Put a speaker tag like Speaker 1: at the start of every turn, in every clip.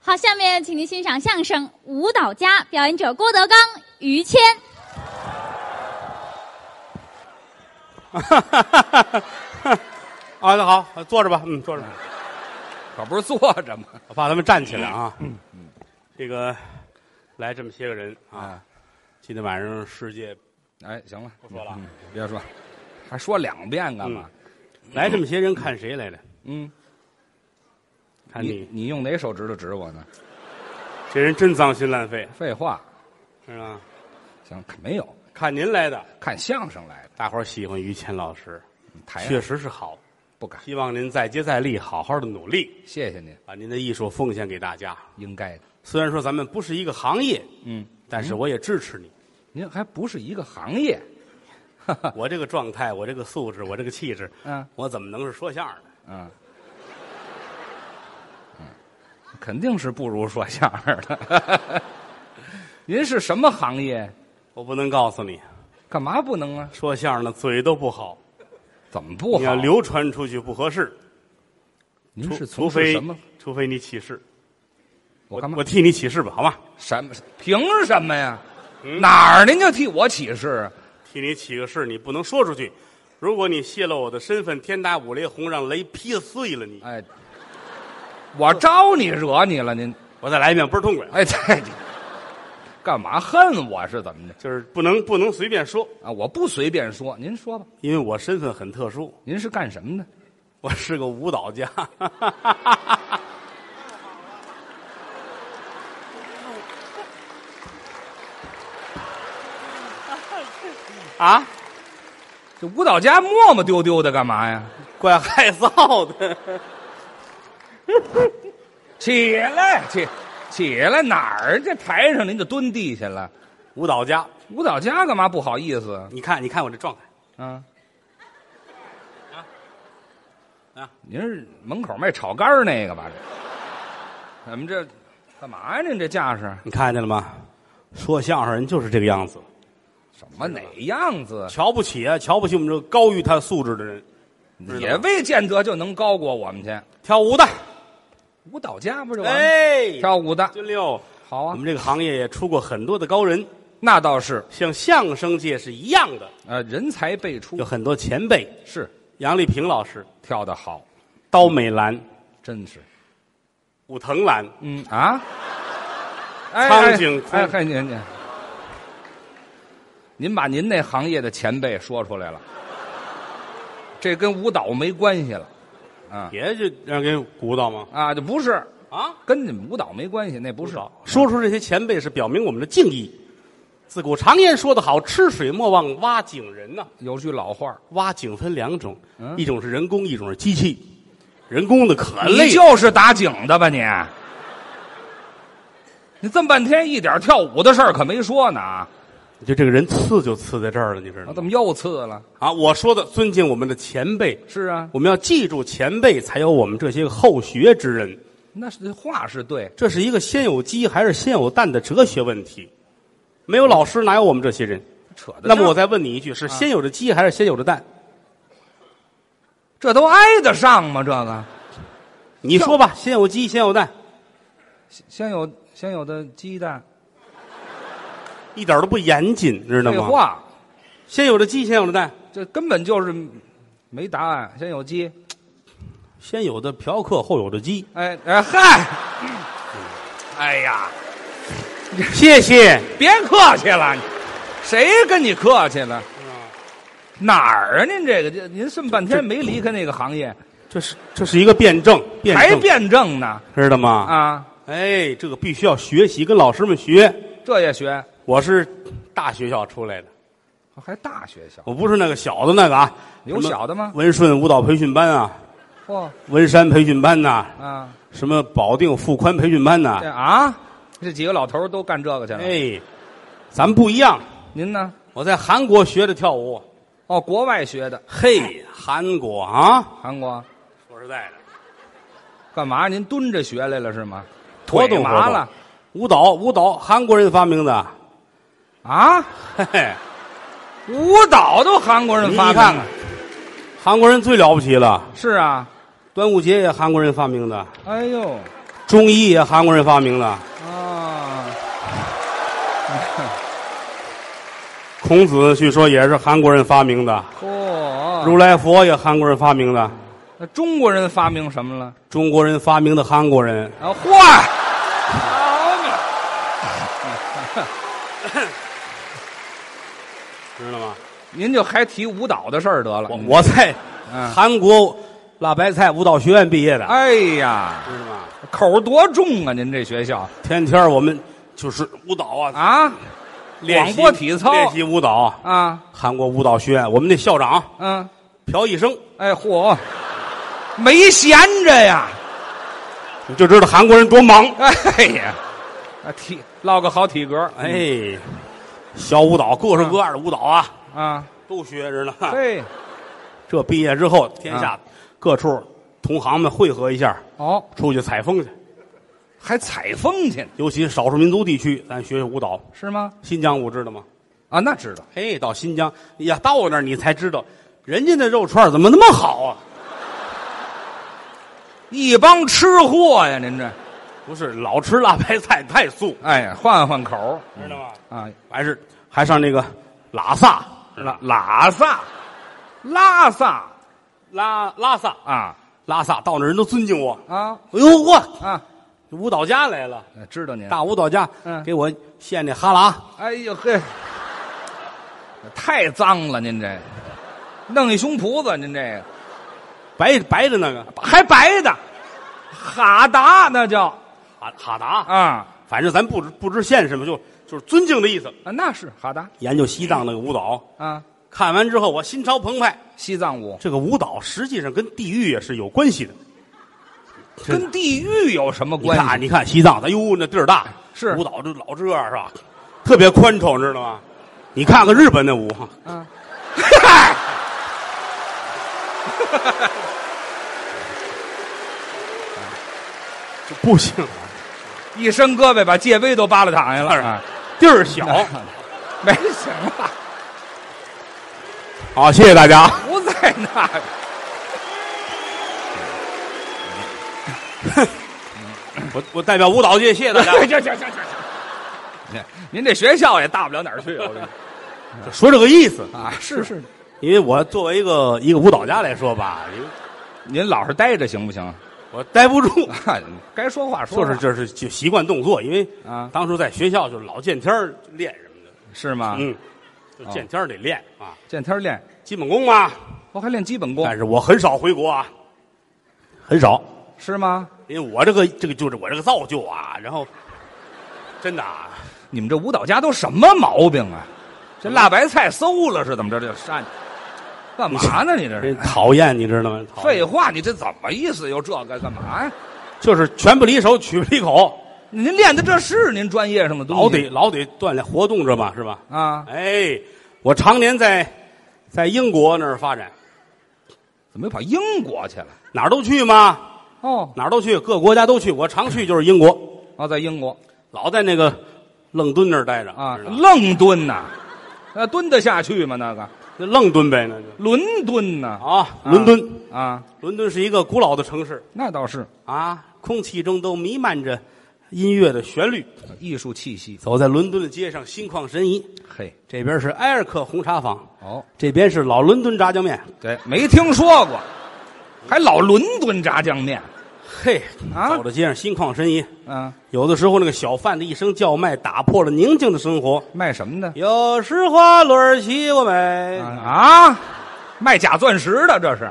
Speaker 1: 好，下面请您欣赏相声《舞蹈家》，表演者郭德纲、于谦。
Speaker 2: 啊，那好，坐着吧，嗯，坐着吧，
Speaker 3: 可不是坐着吗？
Speaker 2: 我怕他们站起来啊。
Speaker 3: 嗯
Speaker 2: 这个来这么些个人啊，
Speaker 3: 啊，
Speaker 2: 今天晚上世界
Speaker 3: 哎，行了，
Speaker 2: 不说了啊
Speaker 3: 嗯，别说，还说两遍干嘛？
Speaker 2: 嗯来这么些人，看谁来的？
Speaker 3: 嗯，
Speaker 2: 看
Speaker 3: 你
Speaker 2: 你
Speaker 3: 你用哪手指头指我呢？
Speaker 2: 这人真脏心烂肺，
Speaker 3: 废话，
Speaker 2: 是吧？
Speaker 3: 行，没有，
Speaker 2: 看您来的，
Speaker 3: 看相声来的，
Speaker 2: 大伙儿喜欢于谦老师，
Speaker 3: 台
Speaker 2: 确
Speaker 3: 上
Speaker 2: 实是好。
Speaker 3: 不敢，
Speaker 2: 希望您再接再厉，好好的努力，
Speaker 3: 谢谢您，
Speaker 2: 把您的艺术奉献给大家。
Speaker 3: 应该的。
Speaker 2: 虽然说咱们不是一个行业，
Speaker 3: 嗯，
Speaker 2: 但是我也支持你。
Speaker 3: 您还不是一个行业，哈哈，
Speaker 2: 我这个状态，我这个素质，我这个气质，
Speaker 3: 嗯
Speaker 2: 我怎么能是说相声的？
Speaker 3: 嗯。嗯肯定是不如说相声的。 您是什么行业？
Speaker 2: 我不能告诉你，
Speaker 3: 干嘛不能啊？
Speaker 2: 说相声的嘴都不好，
Speaker 3: 怎么不
Speaker 2: 你要
Speaker 3: 好？啊
Speaker 2: 流传出去不合适。
Speaker 3: 您
Speaker 2: 除
Speaker 3: 是
Speaker 2: 除
Speaker 3: 从
Speaker 2: 非
Speaker 3: 事什么？
Speaker 2: 除非你起誓，
Speaker 3: 我干嘛
Speaker 2: 我？替你起誓吧，好吗？
Speaker 3: 什么？凭什么呀？
Speaker 2: 嗯
Speaker 3: 哪儿您就替我起誓啊？
Speaker 2: 替你起个誓，你不能说出去。如果你泄露我的身份，天打五雷轰，让雷劈碎了你。
Speaker 3: 哎，我招你惹你了？您
Speaker 2: 我再来一遍，倍儿痛快。
Speaker 3: 哎，这你干嘛恨我是怎么着
Speaker 2: 就是不能不能随便说，
Speaker 3: 啊？我不随便说，您说吧，
Speaker 2: 因为我身份很特殊，
Speaker 3: 您是干什么的？
Speaker 2: 我是个舞蹈 家。啊，
Speaker 3: 这舞蹈家磨磨丢丢的干嘛呀？
Speaker 2: 怪害臊的。
Speaker 3: 起来，起起来，哪儿？这台上您就蹲地下了。
Speaker 2: 舞蹈家，
Speaker 3: 舞蹈家干嘛不好意思
Speaker 2: 你看，你看我这状态。
Speaker 3: 啊？
Speaker 2: 啊，
Speaker 3: 您是门口卖炒肝儿那个吧？怎么这干嘛呀？您这架势
Speaker 2: 你看见了吗？说相声人就是这个样子，
Speaker 3: 什么哪样子？
Speaker 2: 瞧不起啊，瞧不起我们这个高于他素质的人。道
Speaker 3: 也未见得就能高过我们去。
Speaker 2: 跳舞的，
Speaker 3: 舞蹈家不就完了？
Speaker 2: 哎，
Speaker 3: 跳舞的
Speaker 2: 真溜。
Speaker 3: 好
Speaker 2: 我
Speaker 3: 啊
Speaker 2: 们，这个行业也出过很多的高人，
Speaker 3: 那倒是，
Speaker 2: 像相声界是一样的，
Speaker 3: 呃，人才辈出
Speaker 2: 有很多前辈，
Speaker 3: 是
Speaker 2: 杨丽萍老师、
Speaker 3: 跳的好，
Speaker 2: 刀美兰、
Speaker 3: 真是，
Speaker 2: 武藤兰，
Speaker 3: 嗯啊，哎
Speaker 2: 苍井空
Speaker 3: 哎，哎您您，您把您那行业的前辈说出来了，这跟舞蹈没关系了，啊
Speaker 2: 别就让人给鼓捣吗？
Speaker 3: 啊，这不是
Speaker 2: 啊，
Speaker 3: 跟你们舞蹈没关系，那不
Speaker 2: 不
Speaker 3: 是
Speaker 2: 少。说出这些前辈是表明我们的敬意。自古常言说得好，吃水莫忘挖井人呐、
Speaker 3: 有句老话儿，
Speaker 2: 挖井分两种，
Speaker 3: 嗯
Speaker 2: 一种是人工，一种是机器。人工的可累
Speaker 3: 你，就是打井的吧你？你这么半天一点跳舞的事儿可没说呢啊！
Speaker 2: 就这个人刺就刺在这儿了，你知道
Speaker 3: 我怎
Speaker 2: 吗？
Speaker 3: 么又次了？
Speaker 2: 啊，我说的尊敬我们的前辈，
Speaker 3: 是啊，
Speaker 2: 我们要记住前辈，才有我们这些后学之人。
Speaker 3: 那是话是对，
Speaker 2: 这是一个先有鸡还是先有蛋的哲学问题。没有老师，哪有我们这些人？
Speaker 3: 扯的。啊
Speaker 2: 那么我再问你一句：是先有的鸡还是先有的蛋？
Speaker 3: 这都挨得上吗？这个
Speaker 2: 你
Speaker 3: 啊
Speaker 2: 说吧，先有鸡，先有蛋，
Speaker 3: 先有先有的鸡蛋，
Speaker 2: 一点都不严谨，知道
Speaker 3: 废
Speaker 2: 吗？
Speaker 3: 哎话，
Speaker 2: 先有的鸡，先有的蛋，
Speaker 3: 这根本就是没答案。先有鸡，
Speaker 2: 先有的嫖客，后有的 鸡。
Speaker 3: 哎哎嗨，哎呀，
Speaker 2: 谢谢。
Speaker 3: 别客气了，谁跟你客气了？
Speaker 2: 嗯
Speaker 3: 哪儿啊？您这个这您这么半天没离开那个行业，
Speaker 2: 这是这是一个辩证，辩
Speaker 3: 还
Speaker 2: 证，
Speaker 3: 辩证呢
Speaker 2: 知道吗？
Speaker 3: 啊？
Speaker 2: 哎，这个必须要学习，跟老师们学。
Speaker 3: 这也学，
Speaker 2: 我是大学校出来的，哦
Speaker 3: 还大学校？
Speaker 2: 我不是那个小的那个啊。
Speaker 3: 有
Speaker 2: 什么
Speaker 3: 小的吗
Speaker 2: 文顺舞蹈培训班啊，
Speaker 3: 嚯
Speaker 2: 文山培训班呐、
Speaker 3: 啊！
Speaker 2: 什么保定富宽培训班呐、
Speaker 3: 这啊，这几个老头儿都干这个去了。
Speaker 2: 哎，咱们不一样。
Speaker 3: 您呢？
Speaker 2: 我在韩国学的跳舞，
Speaker 3: 哦，国外学的，
Speaker 2: 嘿，韩国啊，
Speaker 3: 韩国
Speaker 2: 说实在的，
Speaker 3: 干嘛？您蹲着学来了是吗？
Speaker 2: 活
Speaker 3: 腿
Speaker 2: 动
Speaker 3: 麻了。
Speaker 2: 舞蹈，舞蹈，韩国人发明 的，
Speaker 3: 啊？
Speaker 2: 嘿嘿，
Speaker 3: 舞蹈都韩国人
Speaker 2: 你
Speaker 3: 发
Speaker 2: 你
Speaker 3: 明的
Speaker 2: 看看，韩国人最了不起了，
Speaker 3: 是啊，
Speaker 2: 端午节也韩国人发明的，
Speaker 3: 哎呦，
Speaker 2: 中医也韩国人发明的，
Speaker 3: 啊，
Speaker 2: 孔子据说也是韩国人发明的，
Speaker 3: 嚯，
Speaker 2: 如来佛也韩国人发明的，
Speaker 3: 那中国人发明什么了？
Speaker 2: 中国人发明的韩国人。
Speaker 3: 啊，嚯！好嘛，
Speaker 2: 知道吗？
Speaker 3: 您就还提舞蹈的事儿得了。
Speaker 2: 我我在
Speaker 3: 嗯
Speaker 2: 韩国辣白菜舞蹈学院毕业的，
Speaker 3: 哎呀，
Speaker 2: 知道吗？
Speaker 3: 口儿多重啊！您这学校
Speaker 2: 天天我们就是舞蹈啊，
Speaker 3: 啊
Speaker 2: 练习
Speaker 3: 广播体操
Speaker 2: 练习舞蹈。
Speaker 3: 啊
Speaker 2: 韩国舞蹈学院，我们那校长
Speaker 3: 嗯，
Speaker 2: 朴医生，
Speaker 3: 哎嚯，没闲着呀！
Speaker 2: 你就知道韩国人多忙。
Speaker 3: 哎呀，啊体落个好体格，哎
Speaker 2: 哎，小舞蹈，各式各样的舞蹈啊，
Speaker 3: 啊，
Speaker 2: 都学着呢。
Speaker 3: 对，
Speaker 2: 这毕业之后，天下各处同行们汇合一下，
Speaker 3: 哦，
Speaker 2: 出去采风去。
Speaker 3: 还采风去呢，
Speaker 2: 尤其少数民族地区，咱学学舞蹈。
Speaker 3: 是吗？
Speaker 2: 新疆舞知道吗？
Speaker 3: 啊，那知道，
Speaker 2: 哎，到新疆呀，到那儿你才知道，人家那肉串怎么那么好啊？
Speaker 3: 一帮吃货呀！您这，
Speaker 2: 不是老吃辣白菜太素，
Speaker 3: 哎呀，换换口儿
Speaker 2: 知道吗？
Speaker 3: 啊，
Speaker 2: 还是还上那个拉萨，知道
Speaker 3: 拉拉萨，拉萨
Speaker 2: 拉拉萨，
Speaker 3: 啊
Speaker 2: 拉萨到那儿人都尊敬我。
Speaker 3: 啊
Speaker 2: 哎呦我
Speaker 3: 啊！
Speaker 2: 舞蹈家来了，
Speaker 3: 知道您
Speaker 2: 大舞蹈家，
Speaker 3: 嗯
Speaker 2: 给我献那哈喇，
Speaker 3: 哎呦嘿，太脏了！您这弄一胸脯子，您这个
Speaker 2: 白白的那个
Speaker 3: 还白的，哈达那叫
Speaker 2: 哈哈达，
Speaker 3: 啊，
Speaker 2: 反正咱不知不知献什么，就就是尊敬的意思。
Speaker 3: 啊那是哈达
Speaker 2: 研究西藏那个舞蹈，
Speaker 3: 啊，
Speaker 2: 看完之后我心潮澎湃。
Speaker 3: 西藏舞
Speaker 2: 这个舞蹈实际上跟地狱也是有关系的，真的
Speaker 3: 跟地狱有什么
Speaker 2: 你
Speaker 3: 关
Speaker 2: 看啊，
Speaker 3: 系？
Speaker 2: 你看西藏，哎呦，那地儿大，
Speaker 3: 是
Speaker 2: 舞蹈就老这样是吧？特别宽敞，知道吗？你看看日本那舞，
Speaker 3: 啊，
Speaker 2: 就不行，
Speaker 3: 一伸胳膊把界碑都扒拉躺下了，
Speaker 2: 是
Speaker 3: 啊
Speaker 2: 地儿小。
Speaker 3: 没行了，
Speaker 2: 好，谢谢大家。
Speaker 3: 不在那 儿。
Speaker 2: 我我代表舞蹈界谢谢大 家。
Speaker 3: 行行行行行，您这学校也大不了哪儿去，我跟你说
Speaker 2: 说这个意思，
Speaker 3: 啊，是是，
Speaker 2: 因为我作为一个一个舞蹈家来说吧，因为
Speaker 3: 您老实待着行不行？
Speaker 2: 我待不住，
Speaker 3: 啊该说话说
Speaker 2: 就
Speaker 3: 话
Speaker 2: 是这是就习惯动作，因为
Speaker 3: 啊
Speaker 2: 当初在学校就老见天儿练什么的，
Speaker 3: 是吗？
Speaker 2: 嗯，就
Speaker 3: 哦
Speaker 2: 见天儿得练啊，
Speaker 3: 见天儿练，
Speaker 2: 基本功嘛。
Speaker 3: 我还练基本功
Speaker 2: 但是我很少回国啊，很少，
Speaker 3: 是吗？
Speaker 2: 因为我这个这个就是我这个造就啊，然后真的啊，
Speaker 3: 你们这舞蹈家都什么毛病啊？这辣白菜馊了是怎么着？这扇，干嘛呢？你这
Speaker 2: 人
Speaker 3: 是
Speaker 2: 讨厌你知道吗？讨厌
Speaker 3: 废话，你这怎么意思？有这个干嘛呀？
Speaker 2: 就是拳不离手，曲不离口，
Speaker 3: 您练的这是您专业上的东西，
Speaker 2: 老得老得锻炼活动着嘛，是吧？
Speaker 3: 嗯啊？
Speaker 2: 哎，我常年在在英国那儿发展，
Speaker 3: 怎么又跑英国去了？
Speaker 2: 哪儿都去嘛，
Speaker 3: 哦，
Speaker 2: 哪儿都去，各国家都去。我常去就是英国，
Speaker 3: 哦，在英国
Speaker 2: 老在那个愣墩那儿待着
Speaker 3: 啊，
Speaker 2: 知道吗
Speaker 3: 愣蹲呐、那蹲得下去吗？那个
Speaker 2: 那愣墩呗，那就
Speaker 3: 伦敦呐、
Speaker 2: 啊，伦敦，
Speaker 3: 啊，
Speaker 2: 伦敦是一个古老的城市
Speaker 3: 那倒是
Speaker 2: 啊，空气中都弥漫着音乐的旋律。
Speaker 3: 艺术气息。
Speaker 2: 走在伦敦的街上，心旷神怡。
Speaker 3: 嘿，
Speaker 2: 这边是埃尔克红茶坊，
Speaker 3: 哦，
Speaker 2: 这边是老伦敦炸酱面。
Speaker 3: 对，没听说过，还老伦敦炸酱面，
Speaker 2: 嘿，
Speaker 3: 啊
Speaker 2: 走在街上心旷神怡。
Speaker 3: 嗯、
Speaker 2: 有的时候，那个小贩的一声叫卖，打破了宁静的生活。
Speaker 3: 卖什么的？
Speaker 2: 有时花轮骑过没？
Speaker 3: 啊，卖假钻石的这是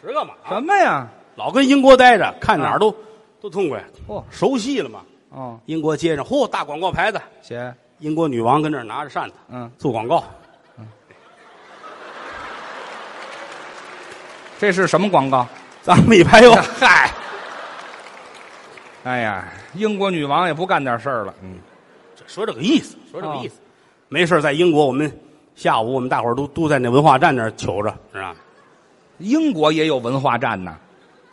Speaker 2: 是干嘛？
Speaker 3: 什么呀？
Speaker 2: 老跟英国待着，看哪儿都、都痛快，
Speaker 3: 哦
Speaker 2: 熟悉了嘛。
Speaker 3: 哦，
Speaker 2: 英国街上，嚯，大广告牌子，
Speaker 3: 写
Speaker 2: 英国女王跟那儿拿着扇子
Speaker 3: 嗯，
Speaker 2: 做广告，
Speaker 3: 这是什么广告？
Speaker 2: 咱们一拍哟，
Speaker 3: 嗨，哎呀，英国女王也不干点事儿了，嗯，
Speaker 2: 说这个意思，说这个意思。没事儿，在英国，我们下午我们大伙儿都都在那文化站那儿求着，知道吗？
Speaker 3: 英国也有文化站呐，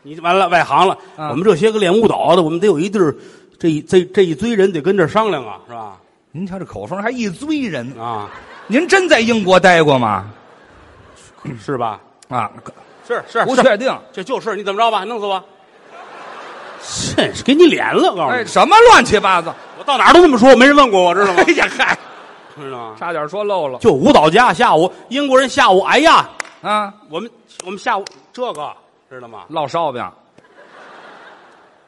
Speaker 2: 你完了，外行了，
Speaker 3: 啊
Speaker 2: 我们这些个练舞蹈的，我们得有一地儿，这一这这一堆人得跟这儿商量啊，是吧？
Speaker 3: 您瞧这口风还一堆人，
Speaker 2: 啊，
Speaker 3: 您真在英国待过吗？
Speaker 2: 是吧？
Speaker 3: 啊，
Speaker 2: 是是
Speaker 3: 不
Speaker 2: 是
Speaker 3: 确定，
Speaker 2: 这就是你怎么着吧？弄死我！真是给你脸了，告诉
Speaker 3: 哎，
Speaker 2: 你，
Speaker 3: 什么乱七八糟！
Speaker 2: 我到哪儿都这么说，没人问过我， 知道吗
Speaker 3: 哎？呀嗨，
Speaker 2: 知道吗？
Speaker 3: 差点说漏了
Speaker 2: 就舞蹈家下午，英国人下午，哎呀，
Speaker 3: 啊！
Speaker 2: 我们我们下午这个知道吗？
Speaker 3: 烙烧饼，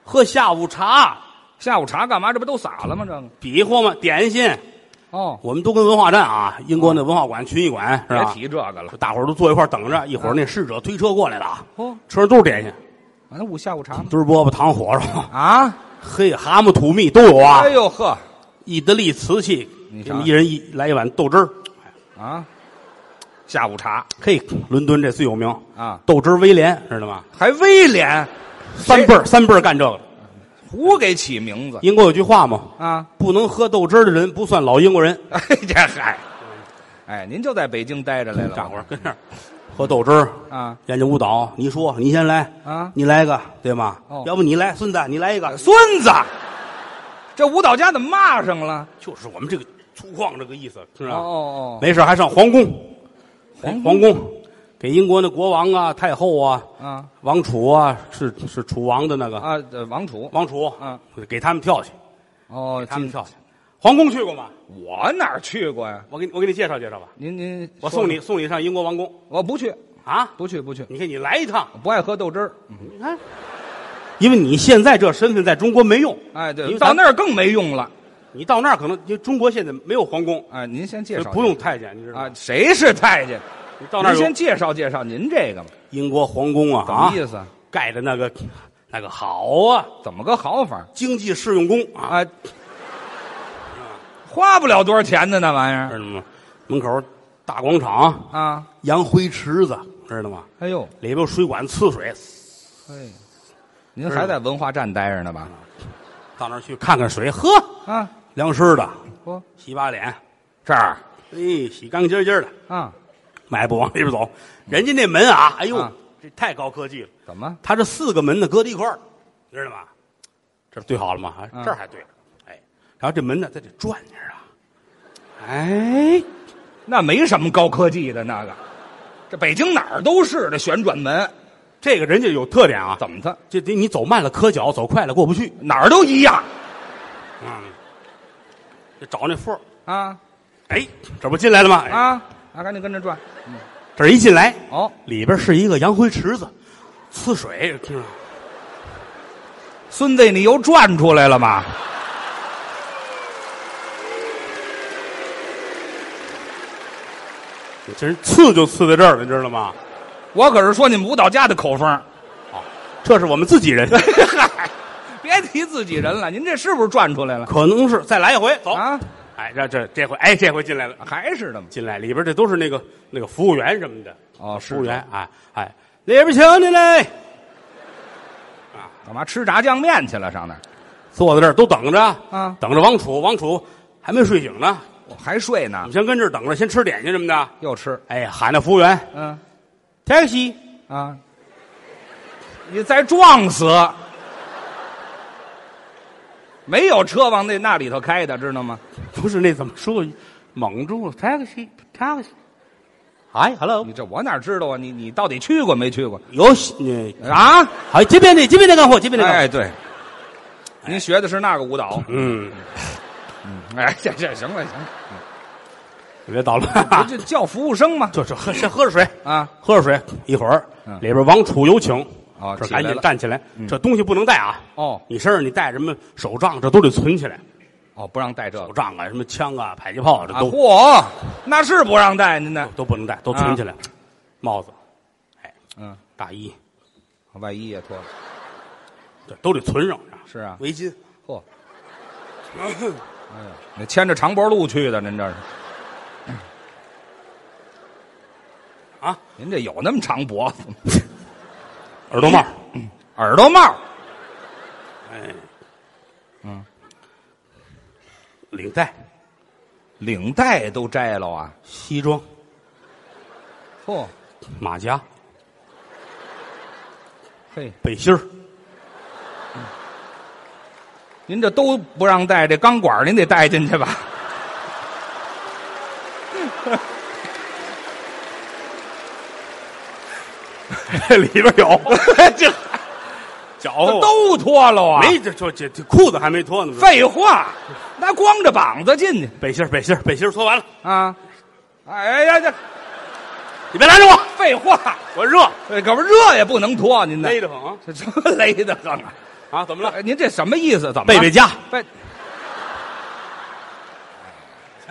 Speaker 2: 喝下午茶，
Speaker 3: 下午茶干嘛？这不都撒了吗？这个
Speaker 2: 比划嘛，点心，
Speaker 3: 哦，
Speaker 2: 我们都跟文化站啊，英国那文化馆、群艺馆是
Speaker 3: 别
Speaker 2: 吧？
Speaker 3: 提这个哎了。啊
Speaker 2: 大伙儿都坐一块儿等着，一会儿那侍者推车过来了啊，
Speaker 3: 哦，
Speaker 2: 车上都是点心，
Speaker 3: 那午下午茶吗？
Speaker 2: 都是饽饽、糖火烧、
Speaker 3: 啊！
Speaker 2: 嘿、蛤蟆、土蜜都有啊
Speaker 3: 哎。呦呵，
Speaker 2: 意大利瓷器，
Speaker 3: 你
Speaker 2: 给我们
Speaker 3: 尝
Speaker 2: 一人一来一碗豆汁儿。
Speaker 3: 啊，下午茶
Speaker 2: 嘿，伦敦这最有名
Speaker 3: 啊
Speaker 2: 豆汁儿威廉知道吗？
Speaker 3: 还威廉，
Speaker 2: 三辈儿三辈儿干这个。
Speaker 3: 胡给起名字
Speaker 2: 英国有句话嘛，
Speaker 3: 啊！
Speaker 2: 不能喝豆汁儿的人不算老英国人。
Speaker 3: 哎呀嗨，哎，您就在北京待着来了吗，
Speaker 2: 干活儿跟这儿喝豆汁儿，
Speaker 3: 啊
Speaker 2: 研究舞蹈。你说你先来
Speaker 3: 啊
Speaker 2: 你来一个对吗？
Speaker 3: 哦
Speaker 2: 要不你来，孙子你来一个。
Speaker 3: 孙子，这舞蹈家怎么骂上了？
Speaker 2: 就是我们这个粗犷这个意思，是
Speaker 3: 哦
Speaker 2: 吧？
Speaker 3: 哦
Speaker 2: 没事儿还上皇宫，
Speaker 3: 皇宫
Speaker 2: 皇宫给英国那国王啊、太后啊、
Speaker 3: 哦啊
Speaker 2: 王储啊，是是楚王的那个
Speaker 3: 啊！这王储
Speaker 2: 王储，
Speaker 3: 嗯，
Speaker 2: 给他们跳去，
Speaker 3: 哦，
Speaker 2: 他们
Speaker 3: 进
Speaker 2: 跳去。皇宫去过吗？
Speaker 3: 我哪儿去过呀？
Speaker 2: 我给你我给你介绍介绍吧，
Speaker 3: 您您，
Speaker 2: 我送你，送你上英国王宫
Speaker 3: 我不去，
Speaker 2: 啊！
Speaker 3: 不去，不去，
Speaker 2: 你看你来一趟，
Speaker 3: 我不爱喝豆汁儿。
Speaker 2: 你看，因为你现在这身份在中国没用，
Speaker 3: 哎，
Speaker 2: 因
Speaker 3: 对，
Speaker 2: 为咱
Speaker 3: 到那儿更没用了。
Speaker 2: 你到那儿可能因为中国现在没有皇宫，
Speaker 3: 哎，您先介绍，
Speaker 2: 不用太监，你知道
Speaker 3: 啊
Speaker 2: 吗？，
Speaker 3: 谁是太监？
Speaker 2: 你到那儿
Speaker 3: 您先
Speaker 2: 有
Speaker 3: 介绍介绍您这个吧，
Speaker 2: 英国皇宫啊
Speaker 3: 怎
Speaker 2: 啊
Speaker 3: 么，意思？
Speaker 2: 盖的那个那个好啊，
Speaker 3: 怎么个好法儿
Speaker 2: 经济适用宫啊，
Speaker 3: 啊？花不了多少钱的那玩意儿
Speaker 2: 知道吗？门口大广场，
Speaker 3: 啊！
Speaker 2: 洋灰池子，知道吗？
Speaker 3: 哎呦，
Speaker 2: 里边有水管呲水，
Speaker 3: 嘿，您还在文化站待着呢吧？
Speaker 2: 到那儿去看看水，喝
Speaker 3: 啊，
Speaker 2: 凉湿的，
Speaker 3: 不，
Speaker 2: 洗把脸，
Speaker 3: 这儿
Speaker 2: 哎，洗干净净的，
Speaker 3: 啊，
Speaker 2: 迈步往里边走。人家那门啊，哎呦
Speaker 3: 啊，
Speaker 2: 这太高科技了，
Speaker 3: 怎么
Speaker 2: 它这四个门呢搁在一块儿，知道吗？这对好了吗？啊
Speaker 3: 嗯
Speaker 2: 这儿还对了，哎，然后这门呢在这转着啊，哎，
Speaker 3: 那没什么高科技的那个？这北京哪儿都是这旋转门，
Speaker 2: 这个人家有特点啊，
Speaker 3: 怎么的？
Speaker 2: 这得你走慢了磕脚，走快了过不去。
Speaker 3: 哪儿都一样
Speaker 2: 嗯，就找那缝儿
Speaker 3: 啊
Speaker 2: 哎，这不进来了吗？哎，
Speaker 3: 啊啊！赶紧跟着转
Speaker 2: 这儿一进来，
Speaker 3: 哦，
Speaker 2: 里边是一个洋灰池子，呲水，知道吗
Speaker 3: 孙子，你又转出来了吗？
Speaker 2: 这人刺就刺在这儿了，你知道吗？
Speaker 3: 我可是说你们舞蹈家的口风。
Speaker 2: 啊，这是我们自己人，
Speaker 3: 嗨，别提自己人了，您这是不是转出来了
Speaker 2: 可能是再来一回，走。
Speaker 3: 啊？
Speaker 2: 哎，这这这回，哎，这回进来了，
Speaker 3: 还是的吗？
Speaker 2: 进来里边这都是那个那个服务员什么的，
Speaker 3: 哦，
Speaker 2: 服务员，哎哎，里边请您来，
Speaker 3: 干嘛吃炸酱面去了？上那儿
Speaker 2: 坐在这儿都等着
Speaker 3: 啊
Speaker 2: 等着王楚，王楚还没睡醒呢，
Speaker 3: 我还睡呢
Speaker 2: 我们，先跟这儿等着，先吃点心什么的。
Speaker 3: 又吃，
Speaker 2: 哎，喊那服务员
Speaker 3: 嗯
Speaker 2: taxi，
Speaker 3: 啊，你再撞死，没有车往那那里头开的，知道吗？
Speaker 2: 不是那怎么说？蒙住了 taxi taxi。哎，hello，
Speaker 3: 你这我哪知道啊？你你到底去过没去过
Speaker 2: 有你
Speaker 3: 啊？
Speaker 2: 好，这边的这边的干活，这边的干活。
Speaker 3: 哎，对，您学的是那个舞蹈？
Speaker 2: 嗯，
Speaker 3: 哎，这这行了行了，
Speaker 2: 别捣
Speaker 3: 不
Speaker 2: 乱，啊
Speaker 3: 就叫服务生吗？
Speaker 2: 就就喝先喝着水，
Speaker 3: 啊，
Speaker 2: 喝着水，一会儿
Speaker 3: 嗯
Speaker 2: 里边王楚有请
Speaker 3: 哦，
Speaker 2: 这
Speaker 3: 起来
Speaker 2: 赶紧
Speaker 3: 了嗯
Speaker 2: 站起来，这东西不能带啊。
Speaker 3: 哦
Speaker 2: 你身上你带什么手杖，这都得存起来，
Speaker 3: 哦，不让带这个
Speaker 2: 手。杖啊，什么枪啊，迫击炮啊，这
Speaker 3: 啊，
Speaker 2: 都
Speaker 3: 嚯，啊那是不让带您呢。
Speaker 2: 都不能带，都存起来。帽子、
Speaker 3: 嗯，
Speaker 2: 大衣，
Speaker 3: 外衣也脱了。
Speaker 2: 这都得存上。
Speaker 3: 是啊
Speaker 2: 围巾，
Speaker 3: 嚯， 哎呀，你牵着长脖鹿去的，您这是
Speaker 2: 啊？
Speaker 3: 您这有那么长脖子吗？
Speaker 2: 耳朵帽，
Speaker 3: 哎耳朵帽
Speaker 2: 哎，
Speaker 3: 嗯，
Speaker 2: 领带、
Speaker 3: 领带都摘了啊！
Speaker 2: 西装、
Speaker 3: 嚯，
Speaker 2: 马甲、
Speaker 3: 嘿，
Speaker 2: 背心儿，
Speaker 3: 您这都不让带，这钢管您得带进去吧？ 哦
Speaker 2: 里边有这脚
Speaker 3: 这
Speaker 2: 后
Speaker 3: 都脱了啊！
Speaker 2: 没这这这这裤子还没脱呢。
Speaker 3: 废话，那光着膀子进去
Speaker 2: 背心儿背心儿背心儿脱完了，
Speaker 3: 啊！哎呀，这
Speaker 2: 你别拦着我，
Speaker 3: 废话，
Speaker 2: 我热，
Speaker 3: 这可不热也不能脱，您呢？
Speaker 2: 勒啊着慌
Speaker 3: 这什么勒的慌啊？
Speaker 2: 啊！怎么了？
Speaker 3: 哎您这什么意思？怎么了
Speaker 2: 贝贝家
Speaker 3: 贝，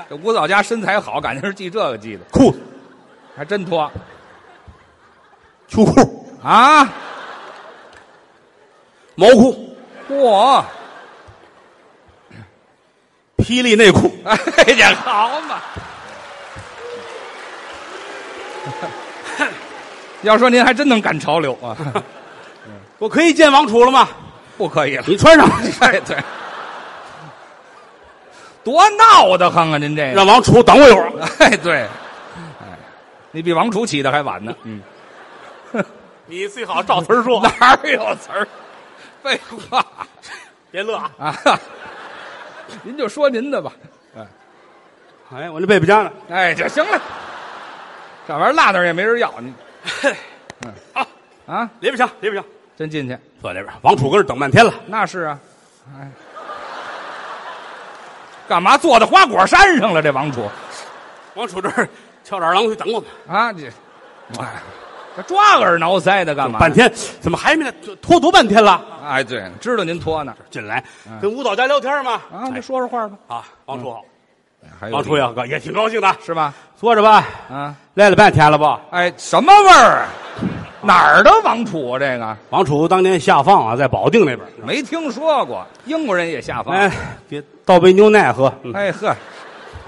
Speaker 3: 这舞蹈家身材好，感情是记这个记的，
Speaker 2: 裤子
Speaker 3: 还真脱
Speaker 2: 秋裤
Speaker 3: 啊！
Speaker 2: 毛裤
Speaker 3: 嚯，
Speaker 2: 霹雳内裤，
Speaker 3: 哎，这好嘛！ 要说您还真能赶潮流啊，
Speaker 2: 我可以见王楚了吗？
Speaker 3: 不可以了。
Speaker 2: 你穿上，
Speaker 3: 哎，对，多闹得慌啊！您这个，
Speaker 2: 让王楚等我一会儿。
Speaker 3: 哎，对，哎，你比王楚起的还晚呢。嗯，
Speaker 2: 你最好照词儿说，
Speaker 3: 哪儿有词儿？ 废话
Speaker 2: 别乐啊！
Speaker 3: 啊！ 您就说您的吧。哎，
Speaker 2: 哎，我那贝贝家呢？
Speaker 3: 哎，就行了。这玩意儿落那儿也没人要你
Speaker 2: 啊，
Speaker 3: 啊！
Speaker 2: 里边请，里边请，
Speaker 3: 真进去，
Speaker 2: 坐里边。王楚搁这儿等半天了，
Speaker 3: 那是啊。哎，干嘛坐到花果山上了？这王楚
Speaker 2: 王楚这儿翘着二郎腿等我们，
Speaker 3: 啊，这，哎，这抓耳挠腮的干嘛？
Speaker 2: 半天怎么还没来？拖多半天了，
Speaker 3: 哎，对，知道您拖呢
Speaker 2: 进来跟舞蹈家聊天嘛。
Speaker 3: 嗯啊，
Speaker 2: 哎
Speaker 3: 就说说嗯话吧。
Speaker 2: 啊，王楚好，
Speaker 3: 还
Speaker 2: 王楚也高也挺高兴的，
Speaker 3: 是吧？
Speaker 2: 坐着吧。
Speaker 3: 啊，
Speaker 2: 来了半天了吧？
Speaker 3: 哎，什么味儿啊？哪儿的王楚啊？这个
Speaker 2: 王楚当年下放啊，在保定那边。
Speaker 3: 没听说过，英国人也下放。哎
Speaker 2: 哎，别倒杯牛奶 喝。嗯，
Speaker 3: 呵，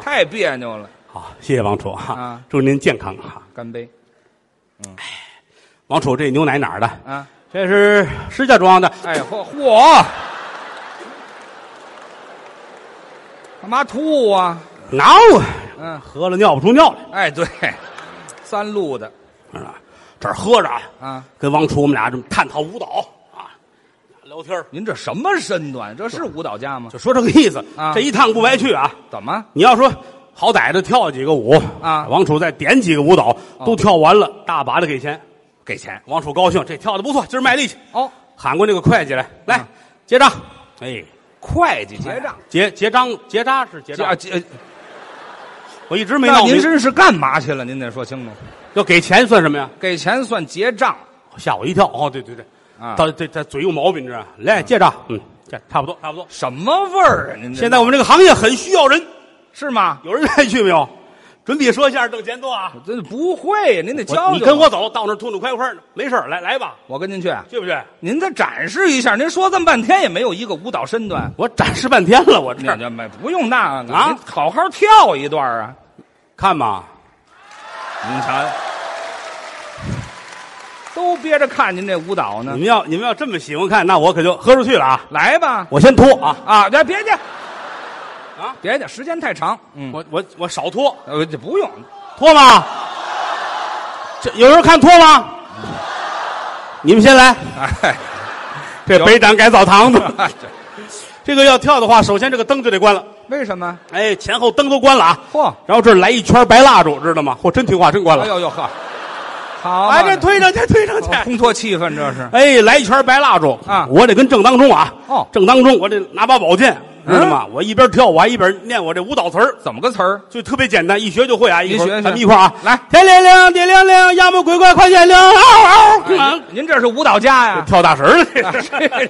Speaker 3: 太别扭了。
Speaker 2: 好，谢谢王楚啊
Speaker 3: 啊，
Speaker 2: 祝您健康啊。
Speaker 3: 干杯
Speaker 2: 王楚，这牛奶哪儿的？
Speaker 3: 啊！
Speaker 2: 这是石家庄的。
Speaker 3: 哎嚯嚯，干嘛吐啊？
Speaker 2: 挠啊，
Speaker 3: 嗯，
Speaker 2: 喝了尿不出尿来，
Speaker 3: 哎对，三路的
Speaker 2: 是吧？这儿喝着啊，
Speaker 3: 啊。
Speaker 2: 跟王楚我们俩这么探讨舞蹈啊，聊天儿
Speaker 3: 您这什么身段？这是舞蹈家吗？
Speaker 2: 就说这个意思。
Speaker 3: 啊
Speaker 2: 这一趟不白去啊！
Speaker 3: 怎么？
Speaker 2: 你要说好歹的跳几个舞
Speaker 3: 啊哦
Speaker 2: 王楚再点几个舞蹈，都跳完了，大把的给钱。
Speaker 3: 给钱？
Speaker 2: 王楚高兴，这跳的不错，今儿卖力气。
Speaker 3: 哦，
Speaker 2: 喊过那个会计来，来
Speaker 3: 啊
Speaker 2: 结账。哎，
Speaker 3: 会计结账。
Speaker 2: 结结账结扎是结
Speaker 3: 这啊
Speaker 2: 账，
Speaker 3: 这，
Speaker 2: 我一直没
Speaker 3: 那
Speaker 2: 闹
Speaker 3: 您
Speaker 2: 明白。
Speaker 3: 这是干嘛去了？您得说清楚。
Speaker 2: 要给钱算什么呀？
Speaker 3: 给钱算结账
Speaker 2: 吓我一跳！哦，对对对，
Speaker 3: 啊？
Speaker 2: 他这他嘴有毛病，你知道吗？来结账，嗯，这差不多差不多。
Speaker 3: 什么味儿啊？您这
Speaker 2: 现在我们这个行业很需要人，
Speaker 3: 是吗？
Speaker 2: 有人 愿意去没有？准比说相声挣钱多啊！
Speaker 3: 这不会呀，您得教教
Speaker 2: 我
Speaker 3: 我。
Speaker 2: 你跟我走，到那儿痛痛快快的，嗯没事儿来来吧，
Speaker 3: 我跟您去。啊
Speaker 2: 去不去？
Speaker 3: 您再展示一下，您说这么半天也没有一个舞蹈身段。
Speaker 2: 我展示半天了，我这
Speaker 3: 那
Speaker 2: 儿
Speaker 3: 就没不用那个
Speaker 2: 啊
Speaker 3: 您好好跳一段啊！
Speaker 2: 看吧，
Speaker 3: 您瞧，都憋着看您这舞蹈
Speaker 2: 你
Speaker 3: 呢。
Speaker 2: 们要你们要这么喜欢看，那我可就喝出去了啊！
Speaker 3: 来吧，
Speaker 2: 我先脱啊，
Speaker 3: 啊，别别介，
Speaker 2: 啊，
Speaker 3: 别介，时间太长。嗯，
Speaker 2: 我我我少脱，
Speaker 3: 呃，这不用，
Speaker 2: 脱吗？这有人看脱吗？你们先来，
Speaker 3: 哎，
Speaker 2: 这
Speaker 3: 有
Speaker 2: 北展改澡堂子，
Speaker 3: 哎这
Speaker 2: 这个要跳的话，首先这个灯就得关了，
Speaker 3: 为什么？
Speaker 2: 哎，前后灯都关了啊，
Speaker 3: 嚯，
Speaker 2: 然后这儿来一圈白蜡烛，知道吗？嚯，真听话，真关
Speaker 3: 哎
Speaker 2: 了。
Speaker 3: 呦呦呵，好嘛，
Speaker 2: 哎，这推上去，推上
Speaker 3: 哦
Speaker 2: 去。
Speaker 3: 烘托气氛，这是
Speaker 2: 哎，来一圈白蜡烛
Speaker 3: 啊
Speaker 2: 我得跟正当中啊，
Speaker 3: 哦嗯
Speaker 2: 正当中我得拿把宝剑，知道吗？我一边跳，我还一边念我这舞蹈词儿，
Speaker 3: 怎么个词儿？
Speaker 2: 就特别简单，一学就会啊。一会
Speaker 3: 一学
Speaker 2: 儿
Speaker 3: 学
Speaker 2: 咱们一块儿啊，
Speaker 3: 来
Speaker 2: 天灵灵，地灵灵，妖魔鬼怪快显灵，嗷嗷！
Speaker 3: 啊
Speaker 2: 啊
Speaker 3: 哎您您这是舞蹈家呀？
Speaker 2: 跳大神儿了，这
Speaker 3: 啊
Speaker 2: 是
Speaker 3: 这个